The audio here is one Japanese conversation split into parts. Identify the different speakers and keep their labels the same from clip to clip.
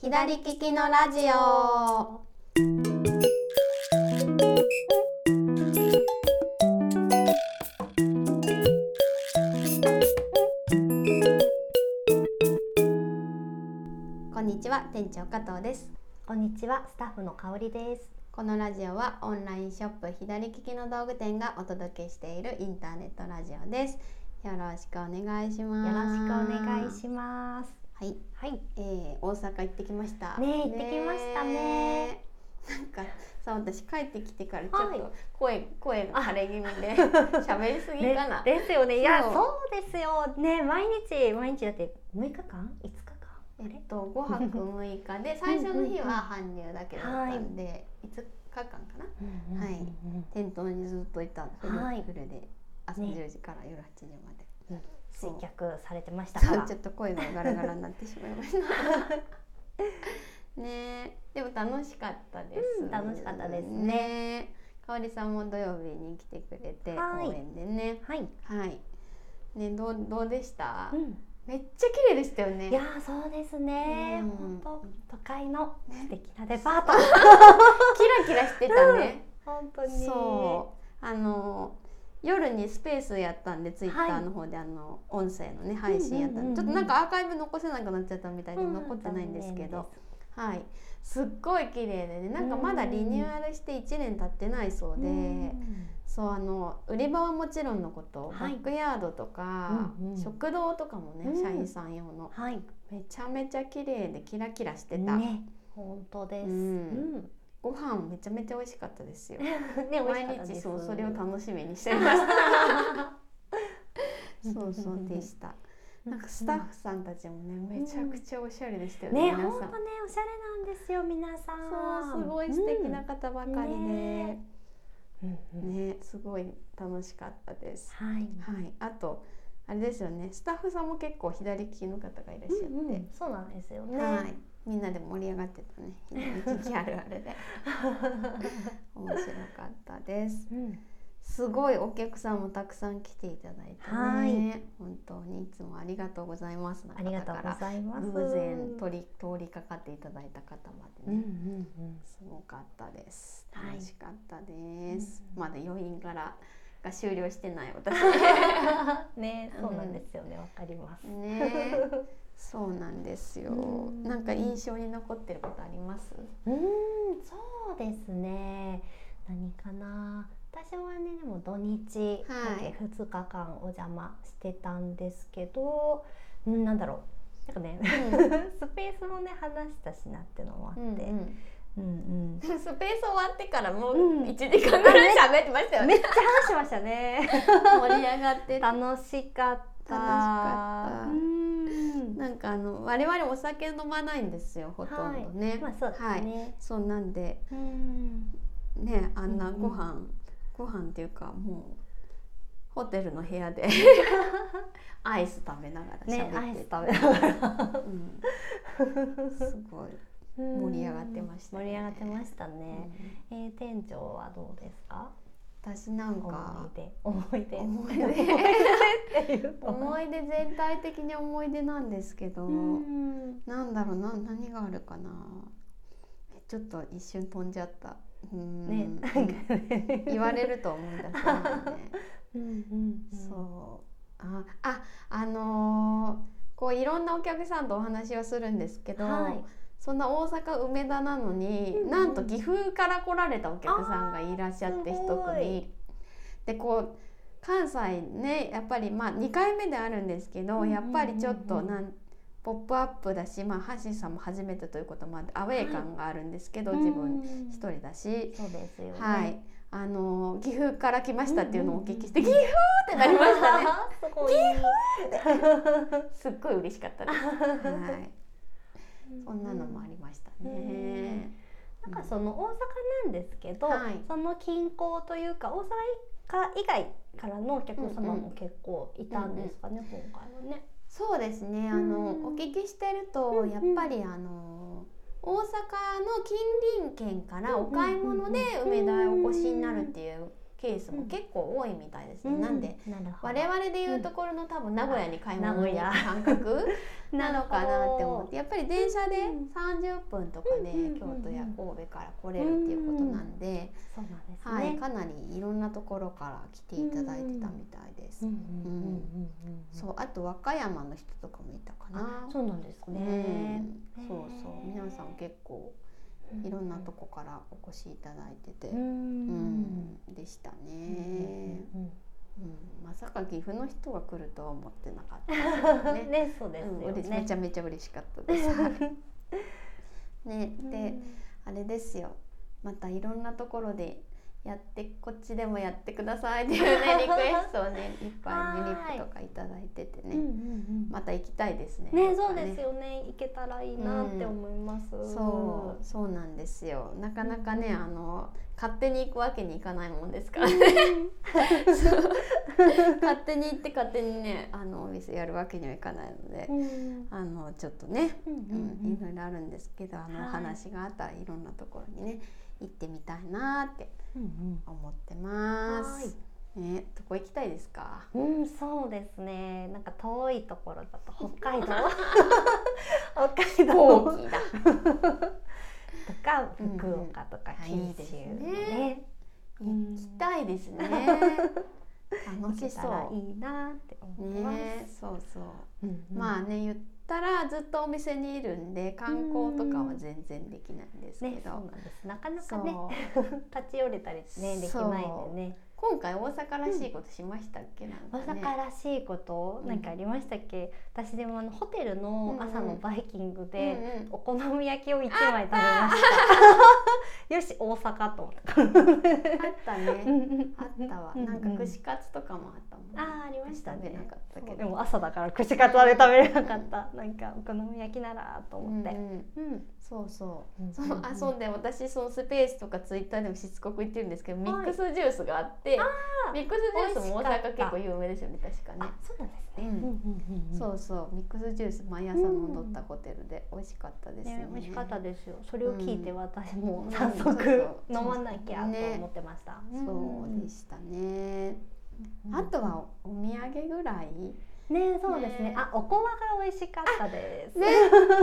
Speaker 1: 左利きのラジオ。こんにちは、店長加藤です。
Speaker 2: こんにちは、スタッフの香りです。
Speaker 1: このラジオはオンラインショップ左利きの道具店がお届けしているインターネットラジオです。よろしくお願いし
Speaker 2: よろしくお
Speaker 1: ます。
Speaker 2: 願いします。
Speaker 1: す。はい、
Speaker 2: はい、
Speaker 1: えー、大阪行ってきました。
Speaker 2: ねえ行ってきましたね
Speaker 1: え。なんかさ私帰ってきてからちょ
Speaker 2: は
Speaker 1: っ
Speaker 2: い
Speaker 1: と声、声が枯れ気味 で喋りすぎ
Speaker 2: ね
Speaker 1: かな。
Speaker 2: ですよね。いや、
Speaker 1: そう
Speaker 2: そうですよ。ね、毎日毎日だって六日間、五日間。あ
Speaker 1: え
Speaker 2: れ
Speaker 1: っと五泊六日で最初の日は搬入だけだったんで五日間かな。はい店頭にずっといたフル,、
Speaker 2: はい
Speaker 1: フルで朝
Speaker 2: ね
Speaker 1: 10時から夜8時まで。
Speaker 2: 接客されてましたか
Speaker 1: そう
Speaker 2: ら
Speaker 1: ちょ。っと声がガラガラになってしまいました ねえでも楽しかったです、
Speaker 2: うん楽しかったですね
Speaker 1: ねえかおりさんも土曜日に来てくれて
Speaker 2: はい
Speaker 1: 応援でね
Speaker 2: はい。
Speaker 1: はいねどうどうでした
Speaker 2: うん。
Speaker 1: めっちゃ綺麗でしたよね
Speaker 2: いや、そうですね。
Speaker 1: うん
Speaker 2: 本当都会の素敵なデパート。
Speaker 1: キラキラしてたね、
Speaker 2: 本当
Speaker 1: そうあの夜にスペースやったんでツイッターの方で、あの音声のね配信やったんで、
Speaker 2: うんうんうんうん
Speaker 1: ちょっとなんかアーカイブ残せなくなっちゃったみたいで
Speaker 2: うん
Speaker 1: 残ってないんですけど、はい、すっごい綺麗でねなんか
Speaker 2: うん
Speaker 1: まだリニューアルして1年経ってないそうで、
Speaker 2: うん
Speaker 1: そうあの売り場はもちろんのこと、
Speaker 2: はい
Speaker 1: バックヤードとか、
Speaker 2: うんうん
Speaker 1: 食堂とかもね、
Speaker 2: うん
Speaker 1: 社員さん用の
Speaker 2: はい。
Speaker 1: めちゃめちゃ綺麗でキラキラしてた、
Speaker 2: ね、本当です。
Speaker 1: うん
Speaker 2: うん
Speaker 1: ご飯めちゃめちゃ美味しかったですよ
Speaker 2: ね、
Speaker 1: 毎
Speaker 2: 美味しかったで
Speaker 1: 日
Speaker 2: す
Speaker 1: そうそれを楽しみにしてましたそうそうでしたなんかスタッフさんたちもねめちゃくちゃおしゃれでしたよね、
Speaker 2: ね、
Speaker 1: 皆
Speaker 2: 本
Speaker 1: さ
Speaker 2: 当
Speaker 1: ん
Speaker 2: ね、おしゃれなんですよ、皆さん。
Speaker 1: そうすごい素敵な
Speaker 2: うん
Speaker 1: 方ばかりで、
Speaker 2: ねうんうん
Speaker 1: ね、すごい楽しかったです。
Speaker 2: はい。
Speaker 1: はい、あと、あれですよね、スタッフさんも結構左利きの方がいらっしゃ
Speaker 2: うん
Speaker 1: っ
Speaker 2: うんそうなんですよ
Speaker 1: て。
Speaker 2: ね。
Speaker 1: はい、みんなで盛り上がってたね、左利きあるあるで。面白かったです。
Speaker 2: うん
Speaker 1: すごいお客さんもたくさん来ていただいてね、
Speaker 2: はい
Speaker 1: 本当にいつもありがとうございます。
Speaker 2: ありがとうございます。
Speaker 1: 偶然通り通りかかっていただいた方まで
Speaker 2: うんう
Speaker 1: ね。
Speaker 2: んうん。
Speaker 1: すごかったです。
Speaker 2: はい
Speaker 1: 楽しかったです。
Speaker 2: うん
Speaker 1: まだ余韻からが終了してない私。
Speaker 2: ね、そうなんですよね、わかります。
Speaker 1: ね。そうなんですよ
Speaker 2: うん。
Speaker 1: なんか印象に残ってることあります？
Speaker 2: うん、そうですね。何かな。私はね、でも土日だ
Speaker 1: はい
Speaker 2: け2日間お邪魔してたんですけど、うん、なんだろう。なんかね、 スペースもね話したしなってのもあって、
Speaker 1: うんうん
Speaker 2: うんうん
Speaker 1: スペース終わってからも
Speaker 2: う
Speaker 1: うん一時間ぐらい喋ってましたよ
Speaker 2: め
Speaker 1: ね。
Speaker 2: っちゃ話しました ね
Speaker 1: 盛り上がってた。
Speaker 2: 楽しかった
Speaker 1: 楽しかった
Speaker 2: う ん
Speaker 1: なんかあの我々お酒飲まないんですよほとんど
Speaker 2: は
Speaker 1: ね
Speaker 2: い、。まあそうです
Speaker 1: はい。
Speaker 2: ね、
Speaker 1: そうなんで
Speaker 2: うん
Speaker 1: ねあんな
Speaker 2: うんうん
Speaker 1: ご飯、ご飯っていうかもうホテルの部屋 でアイス食べながら
Speaker 2: ねア
Speaker 1: 喋っ
Speaker 2: イ
Speaker 1: て
Speaker 2: ス
Speaker 1: て、
Speaker 2: 食べながら
Speaker 1: うん、すごい、盛り上がってましたね
Speaker 2: 盛り上がってました
Speaker 1: う
Speaker 2: ね、
Speaker 1: ん
Speaker 2: えー、店長はどうですか
Speaker 1: 私なん
Speaker 2: 思
Speaker 1: か
Speaker 2: い出 思い出
Speaker 1: 思い
Speaker 2: っていうと
Speaker 1: 思い出全体的に思い出なんですけど、
Speaker 2: うん
Speaker 1: なんだろうな何があるかなえちょっと一瞬飛んじゃった、うん
Speaker 2: ねなんかね
Speaker 1: 言われると思うんだけどね
Speaker 2: うんうんうん
Speaker 1: そうあああのーこういろんなお客さんとお話をするんですけど、
Speaker 2: はい
Speaker 1: そんな大阪梅田なのに、
Speaker 2: うんうん
Speaker 1: なんと岐阜から来られたお客さんがいらっしゃって
Speaker 2: あ
Speaker 1: 一
Speaker 2: ーすごい
Speaker 1: 組。でこう関西ねやっぱりまあ2回目であるんですけど、
Speaker 2: うんうんうんうん
Speaker 1: やっぱりちょっとなん「ポップアップだし、まあ、ハッシーさんも初めてということもあってアウェー感があるんですけど、自分
Speaker 2: 分
Speaker 1: 一人だし、
Speaker 2: そうですよね。
Speaker 1: はい、あの岐阜から来ましたっていうのをお聞きして、
Speaker 2: うん。
Speaker 1: 岐阜ってなりました ね。
Speaker 2: すごい。
Speaker 1: すっごい嬉しかったです。はい、そんなのもありましたね。
Speaker 2: なんかその大阪なんですけど、
Speaker 1: はい
Speaker 2: その近郊というか大阪以外からのお客様
Speaker 1: うんう
Speaker 2: も結構いたんですかね、今回はね。
Speaker 1: そうですね。あの
Speaker 2: うん
Speaker 1: お聞きしてると
Speaker 2: うん
Speaker 1: やっぱりあの大阪の近隣県からお買い物で
Speaker 2: うん
Speaker 1: 梅田へお越しになるっていう。ケースも結構多いみたいですね、
Speaker 2: う
Speaker 1: なんで
Speaker 2: なるほど
Speaker 1: 我々でいうところの、多分名古屋に買い物に行
Speaker 2: あ
Speaker 1: く感覚なのかなって思っ
Speaker 2: なるほ
Speaker 1: てやっぱり電車で
Speaker 2: うん
Speaker 1: 30分とかで、
Speaker 2: うんうんうん
Speaker 1: 京都や神戸から来れるっていうことなんで、
Speaker 2: どそうなんですね、
Speaker 1: はい、かなりいろんなところから来ていただいてたみたいです。
Speaker 2: うんうんうんうんうん
Speaker 1: そうあと和歌山の人とかもいたかな
Speaker 2: あ。そうなんです
Speaker 1: う
Speaker 2: ね、
Speaker 1: んそうそう皆さん結構いろんなとこからお越しいただいてて、
Speaker 2: う
Speaker 1: うん
Speaker 2: ん
Speaker 1: でしたね、
Speaker 2: うんうんう
Speaker 1: う
Speaker 2: ん
Speaker 1: んまさか岐阜の人が来るとは思ってなかった
Speaker 2: う
Speaker 1: ですよね。
Speaker 2: んねそう ですよ
Speaker 1: うん、 嬉しめ
Speaker 2: ね
Speaker 1: ち。ゃめちゃ嬉しかったです。 ね、で、あれですよまたいろんなところでやってこっちでもやってくださいっていうね リクエストをねいっぱい
Speaker 2: は
Speaker 1: ね
Speaker 2: ー
Speaker 1: リ
Speaker 2: い
Speaker 1: ップとかいただいてて
Speaker 2: う
Speaker 1: ね、
Speaker 2: んうんうん
Speaker 1: また行きたいですね。
Speaker 2: ね
Speaker 1: どっか
Speaker 2: そうですよね行けたらいいなって思います。
Speaker 1: そうそうなんですよなかなかね、あの勝手に行くわけにいかないもんですからねそう 勝手に行って勝手にねあのお店やるわけにはいかないので、
Speaker 2: うん。うん
Speaker 1: あのちょっとね、
Speaker 2: う
Speaker 1: うんい
Speaker 2: ん
Speaker 1: ろいろあるんですけどあの、
Speaker 2: はい
Speaker 1: お話があったらいろんなところにね行ってみたいなって
Speaker 2: うん
Speaker 1: 思ってます。ね、どこ行きたいですか。
Speaker 2: うんうんそうですねなんか遠いところだと北 海道北
Speaker 1: 飛
Speaker 2: 海道と
Speaker 1: 行機だ。
Speaker 2: か福岡とか
Speaker 1: うんうん
Speaker 2: 九州ね
Speaker 1: 行きたいですね。楽
Speaker 2: 行け
Speaker 1: した
Speaker 2: ら
Speaker 1: そ
Speaker 2: いいなって
Speaker 1: う。
Speaker 2: 思います。
Speaker 1: ね、そうそう。
Speaker 2: うんうん
Speaker 1: まあね、言ったらずっとお店にいるんで、観光とかは全然できないんですけ
Speaker 2: ね、そうなん
Speaker 1: ど。
Speaker 2: です。なかなか
Speaker 1: そう
Speaker 2: ね、立ち寄れたりね、できないんでね。
Speaker 1: 今回大阪らしいことしましたっけ、なんか
Speaker 2: 大
Speaker 1: ね。
Speaker 2: 阪らしいこと、
Speaker 1: うん
Speaker 2: なんかありましたっけ。私でも、あのホテルの朝のバイキング
Speaker 1: うん
Speaker 2: で、
Speaker 1: うん
Speaker 2: お好み焼きを一枚食べました。よし、大阪と思った。
Speaker 1: あったね。あったわ。なんか
Speaker 2: く
Speaker 1: 串カツとかもあったもんね。
Speaker 2: あーありました
Speaker 1: 食べな
Speaker 2: ね。
Speaker 1: かったけ
Speaker 2: で
Speaker 1: ど。
Speaker 2: も朝だから串カツはね食べれなかった、なんかお好み焼きならと思っ
Speaker 1: う
Speaker 2: て、
Speaker 1: んうん
Speaker 2: うん
Speaker 1: そうそう。
Speaker 2: うん、
Speaker 1: そうあそうで私そのスペースとかツイッターでもしつこく言ってるんですけど、
Speaker 2: は
Speaker 1: ミッ
Speaker 2: い
Speaker 1: クスジュースがあって
Speaker 2: ー
Speaker 1: ミックスジュースも
Speaker 2: 美味し
Speaker 1: 大
Speaker 2: かっ
Speaker 1: 阪
Speaker 2: た
Speaker 1: 結構有名ですよね確かね
Speaker 2: あ。そうなんです
Speaker 1: う
Speaker 2: ね、
Speaker 1: ん
Speaker 2: うんうんうん
Speaker 1: そうそうミックスジュース毎朝飲んどったホテルで美味しかったですね。
Speaker 2: ね、美味しかったですよ。それを聞いて
Speaker 1: うん
Speaker 2: 私も
Speaker 1: うん
Speaker 2: 早
Speaker 1: そうそう
Speaker 2: 速飲まなきゃと
Speaker 1: ね
Speaker 2: 思ってました。
Speaker 1: そうでしたね。
Speaker 2: うん
Speaker 1: あとはおお土産ぐらい。
Speaker 2: ね、そうですね。
Speaker 1: ね
Speaker 2: あ、おこわが美味しかったです。
Speaker 1: ね、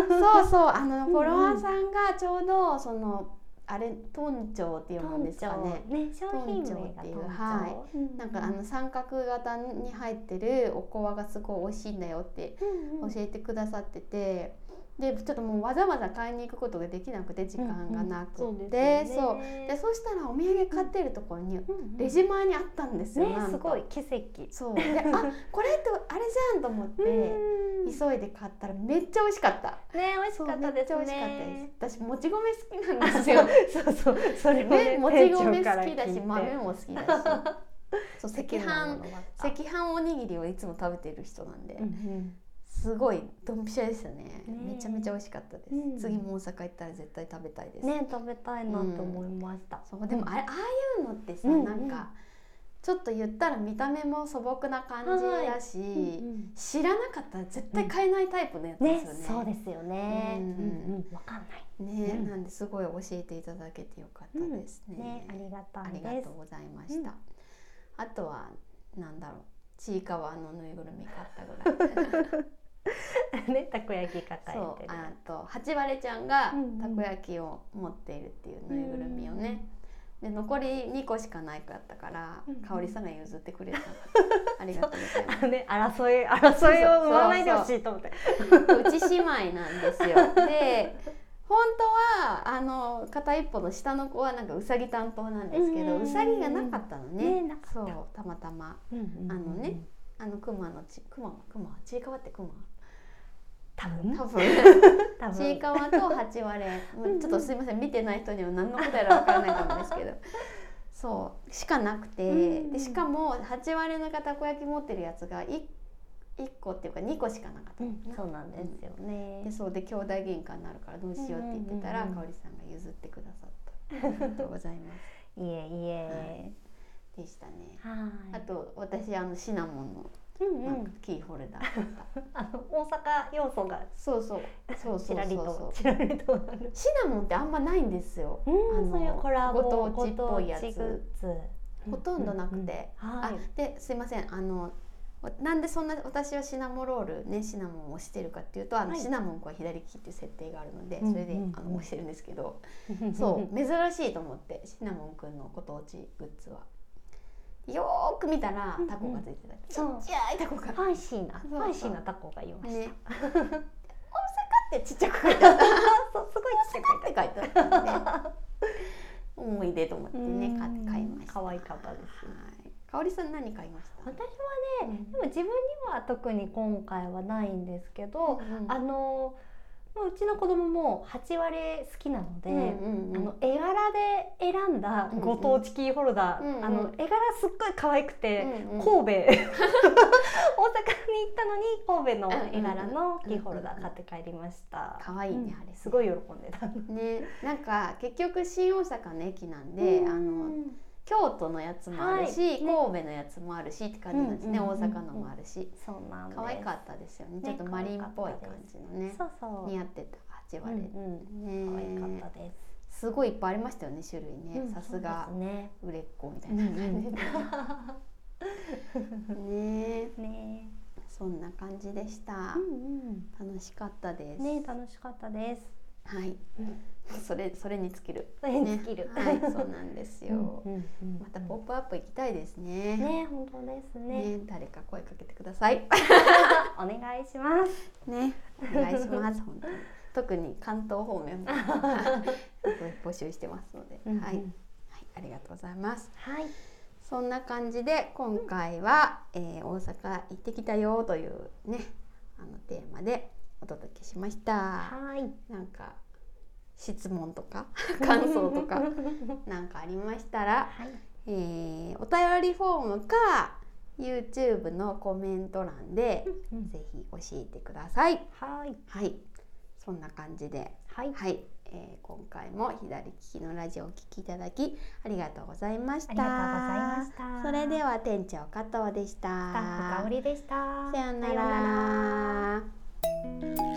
Speaker 1: そうそうあの
Speaker 2: うん
Speaker 1: フォロワーさんがちょうどそのあれトンチョウっていうもんですかね。
Speaker 2: ね、商
Speaker 1: ト
Speaker 2: 品名が
Speaker 1: ンチョウっていう
Speaker 2: トンチョウ
Speaker 1: はなんかあの、三角型に入ってるおこわがすごい美味しいんだよって
Speaker 2: うんう
Speaker 1: 教
Speaker 2: ん
Speaker 1: えてくださってて、でちょっともうわざわざ買いに行くことができなくて時間がなく
Speaker 2: うんうんそう
Speaker 1: て、
Speaker 2: です
Speaker 1: そ
Speaker 2: よ
Speaker 1: う
Speaker 2: ね
Speaker 1: でそうしたらお土産買ってるところに
Speaker 2: うんうん
Speaker 1: レジ前にあったんですよ、
Speaker 2: ね
Speaker 1: な、んと
Speaker 2: すごい奇跡。
Speaker 1: そうで あこれってあれじゃんと思って
Speaker 2: うん
Speaker 1: 急いで買ったらめっちゃ美味しかった
Speaker 2: ね、美味し
Speaker 1: そう
Speaker 2: かった
Speaker 1: めっ
Speaker 2: で
Speaker 1: ちゃ
Speaker 2: す
Speaker 1: 美味しかった
Speaker 2: ね。
Speaker 1: です私もち米好きなんです よ
Speaker 2: そうそうそう、それを
Speaker 1: ね
Speaker 2: ね、
Speaker 1: もち
Speaker 2: 店長
Speaker 1: 米
Speaker 2: から
Speaker 1: 好きだ
Speaker 2: 聞い
Speaker 1: して豆も好きだしそう赤飯
Speaker 2: 赤飯
Speaker 1: 赤飯おにぎりをいつも食べてる人なんで、
Speaker 2: うんうん
Speaker 1: すごいドンピシャでしたね
Speaker 2: え
Speaker 1: めちゃめちゃ美味しかったです、
Speaker 2: うん
Speaker 1: 次も大阪行ったら絶対食べたいです、
Speaker 2: ね、食べたいなって思いました。
Speaker 1: そうでもあれああいうのってさ、
Speaker 2: うん
Speaker 1: なんかちょっと言ったら見た目も素朴な感じだし、
Speaker 2: うんうん
Speaker 1: 知らなかったら絶対買えないタイプのやつで
Speaker 2: ね
Speaker 1: すよね、
Speaker 2: そうですよね。
Speaker 1: う
Speaker 2: うんんうん、わかんない。
Speaker 1: ね
Speaker 2: うん
Speaker 1: なんですごい教えていただけてよかったですね、
Speaker 2: ね、ありがた
Speaker 1: あ
Speaker 2: い
Speaker 1: りが
Speaker 2: です
Speaker 1: とう。ございました、あとはなんだろうちいかわのぬいぐるみ買ったぐらい
Speaker 2: ね、たこ焼き抱
Speaker 1: そ
Speaker 2: え
Speaker 1: う
Speaker 2: て
Speaker 1: あとハチワレちゃんが
Speaker 2: うんうん
Speaker 1: たこ焼きを持っているっていうぬいぐるみをね、で残り2個しかないかったから、
Speaker 2: うんうん
Speaker 1: 香織さんが譲ってく れたありがとうございま
Speaker 2: る。ね、争い、争いを生まないでほしいと思って。
Speaker 1: すうち姉妹なんですよで本当はあの片一方の下の子はなんかうさぎ担当なんですけど、
Speaker 2: う
Speaker 1: うんさぎがなかったのね
Speaker 2: ねなかった
Speaker 1: そうたまたま
Speaker 2: あ
Speaker 1: あのね、あの熊のち熊は熊はちいかわって熊
Speaker 2: 多分、
Speaker 1: 多分
Speaker 2: 多
Speaker 1: ちい
Speaker 2: 分。
Speaker 1: かわと八割 れもうちょっとすいません見てない人には何の答えらわからないと思うんですけどそうしかなくて、
Speaker 2: うん
Speaker 1: でしかも八割れのたこ焼き持ってるやつがい一個っていうか二個しかなかった
Speaker 2: う
Speaker 1: の
Speaker 2: ん
Speaker 1: かな、
Speaker 2: そうなんですよね
Speaker 1: で。そうで兄弟喧嘩になるからどうしようって言ってたら、
Speaker 2: うんうんうん
Speaker 1: かおりさんが譲ってくださったありがとうございま
Speaker 2: いえいえ。
Speaker 1: すでしたね
Speaker 2: はい。
Speaker 1: あと私あのシナモンの
Speaker 2: うんう
Speaker 1: なんか
Speaker 2: ん。
Speaker 1: キーホルダー買った、
Speaker 2: あの大阪要素が
Speaker 1: そうそうそうそ
Speaker 2: ち
Speaker 1: う
Speaker 2: ら
Speaker 1: そう
Speaker 2: り
Speaker 1: そう
Speaker 2: とちらりとある。
Speaker 1: シナモンってあんまないんですよ。
Speaker 2: う
Speaker 1: あの
Speaker 2: ん、そういうコラボ
Speaker 1: ご当地っぽいやつ
Speaker 2: ご当地グッズ。
Speaker 1: ほとんどなくて、
Speaker 2: うんうんはい
Speaker 1: あですいませんあのわなんでそんな私はシナモロールねシナモンをしてるかっていうとあの、
Speaker 2: はい
Speaker 1: シナモンは左利きっていう設定があるので
Speaker 2: うん
Speaker 1: それで、
Speaker 2: うん
Speaker 1: あの押してるんですけど、 そう珍しいと思ってシナモンくんのご当地グッズは。よーく見たら
Speaker 2: うんうん
Speaker 1: タコがついてた、
Speaker 2: そう
Speaker 1: ちっちゃいタコが
Speaker 2: ファンシーな
Speaker 1: そう
Speaker 2: ファンシーなタコがいました、
Speaker 1: ね
Speaker 2: 大阪ってちっちゃく書いてあったそうすごいちっちゃく書いてあ
Speaker 1: って書いてあったんで思い出と思って
Speaker 2: る
Speaker 1: ね買って買いました。
Speaker 2: 可愛かったです
Speaker 1: はい。香織さん何買いました？
Speaker 2: 私はねでも自分には特に今回はないんですけど、
Speaker 1: うん
Speaker 2: あのまあうちの子供も8割好きなので、
Speaker 1: うんうんうん
Speaker 2: あの絵柄で選んだご当地キーホルダー、
Speaker 1: うんうん
Speaker 2: あの絵柄すっごい可愛くて、
Speaker 1: うんうん
Speaker 2: 神戸 大阪に行ったのに神戸の絵柄のキーホルダー買って帰りました。
Speaker 1: 可愛いねあれ
Speaker 2: すごい喜んでた。
Speaker 1: ね、なんか結局新大阪の駅なんで、あの京都のやつもあるし、
Speaker 2: はいね
Speaker 1: 神戸のやつもあるしって感じなんですね、
Speaker 2: うんうんうんうん
Speaker 1: 大阪のもあるし
Speaker 2: そうなんです。
Speaker 1: 可愛かったですよね
Speaker 2: ね
Speaker 1: ちょっとマリンっぽい感じのね
Speaker 2: そうそう。
Speaker 1: 似合ってた八割、
Speaker 2: うんうん可愛
Speaker 1: ね
Speaker 2: かったです
Speaker 1: すごいいっぱいありましたよね種類ね、
Speaker 2: うん。
Speaker 1: さすが
Speaker 2: そうですね。
Speaker 1: 売れっ子みたいな感じで、ね
Speaker 2: ね。
Speaker 1: そんな感じでした
Speaker 2: う、ん
Speaker 1: 楽しかったです、
Speaker 2: うん。ね楽しかったです。
Speaker 1: はい、
Speaker 2: うん
Speaker 1: それそれに尽きる
Speaker 2: それ に尽きる。
Speaker 1: ね、はい、そうなんですよ、
Speaker 2: うんうんうん
Speaker 1: またポップアップ行きたいですね。
Speaker 2: ね本当ですね。
Speaker 1: ね誰か声かけてください。
Speaker 2: お願い します。
Speaker 1: ね、お願いし ます。本当に。特に関東方面も募集してますので、はい、はい、ありがとうございます。
Speaker 2: はい。
Speaker 1: そんな感じで今回は、えー大阪行ってきたよというね、あのテーマでお届けしました。
Speaker 2: はい。
Speaker 1: なんか質問とか感想と かなんかありましたら
Speaker 2: はい。
Speaker 1: えーお便りフォームか YouTube のコメント欄で
Speaker 2: うん
Speaker 1: ぜひ教えてください。
Speaker 2: はい。
Speaker 1: はい、そんな感じで、
Speaker 2: はい。
Speaker 1: はい、えー今回も左利きのラジオをお聞きいただきありがとうございました。
Speaker 2: ありがとうございました。
Speaker 1: それでは店長加藤でした。
Speaker 2: スタッフ香りでした。
Speaker 1: さような
Speaker 2: うなら
Speaker 1: ら。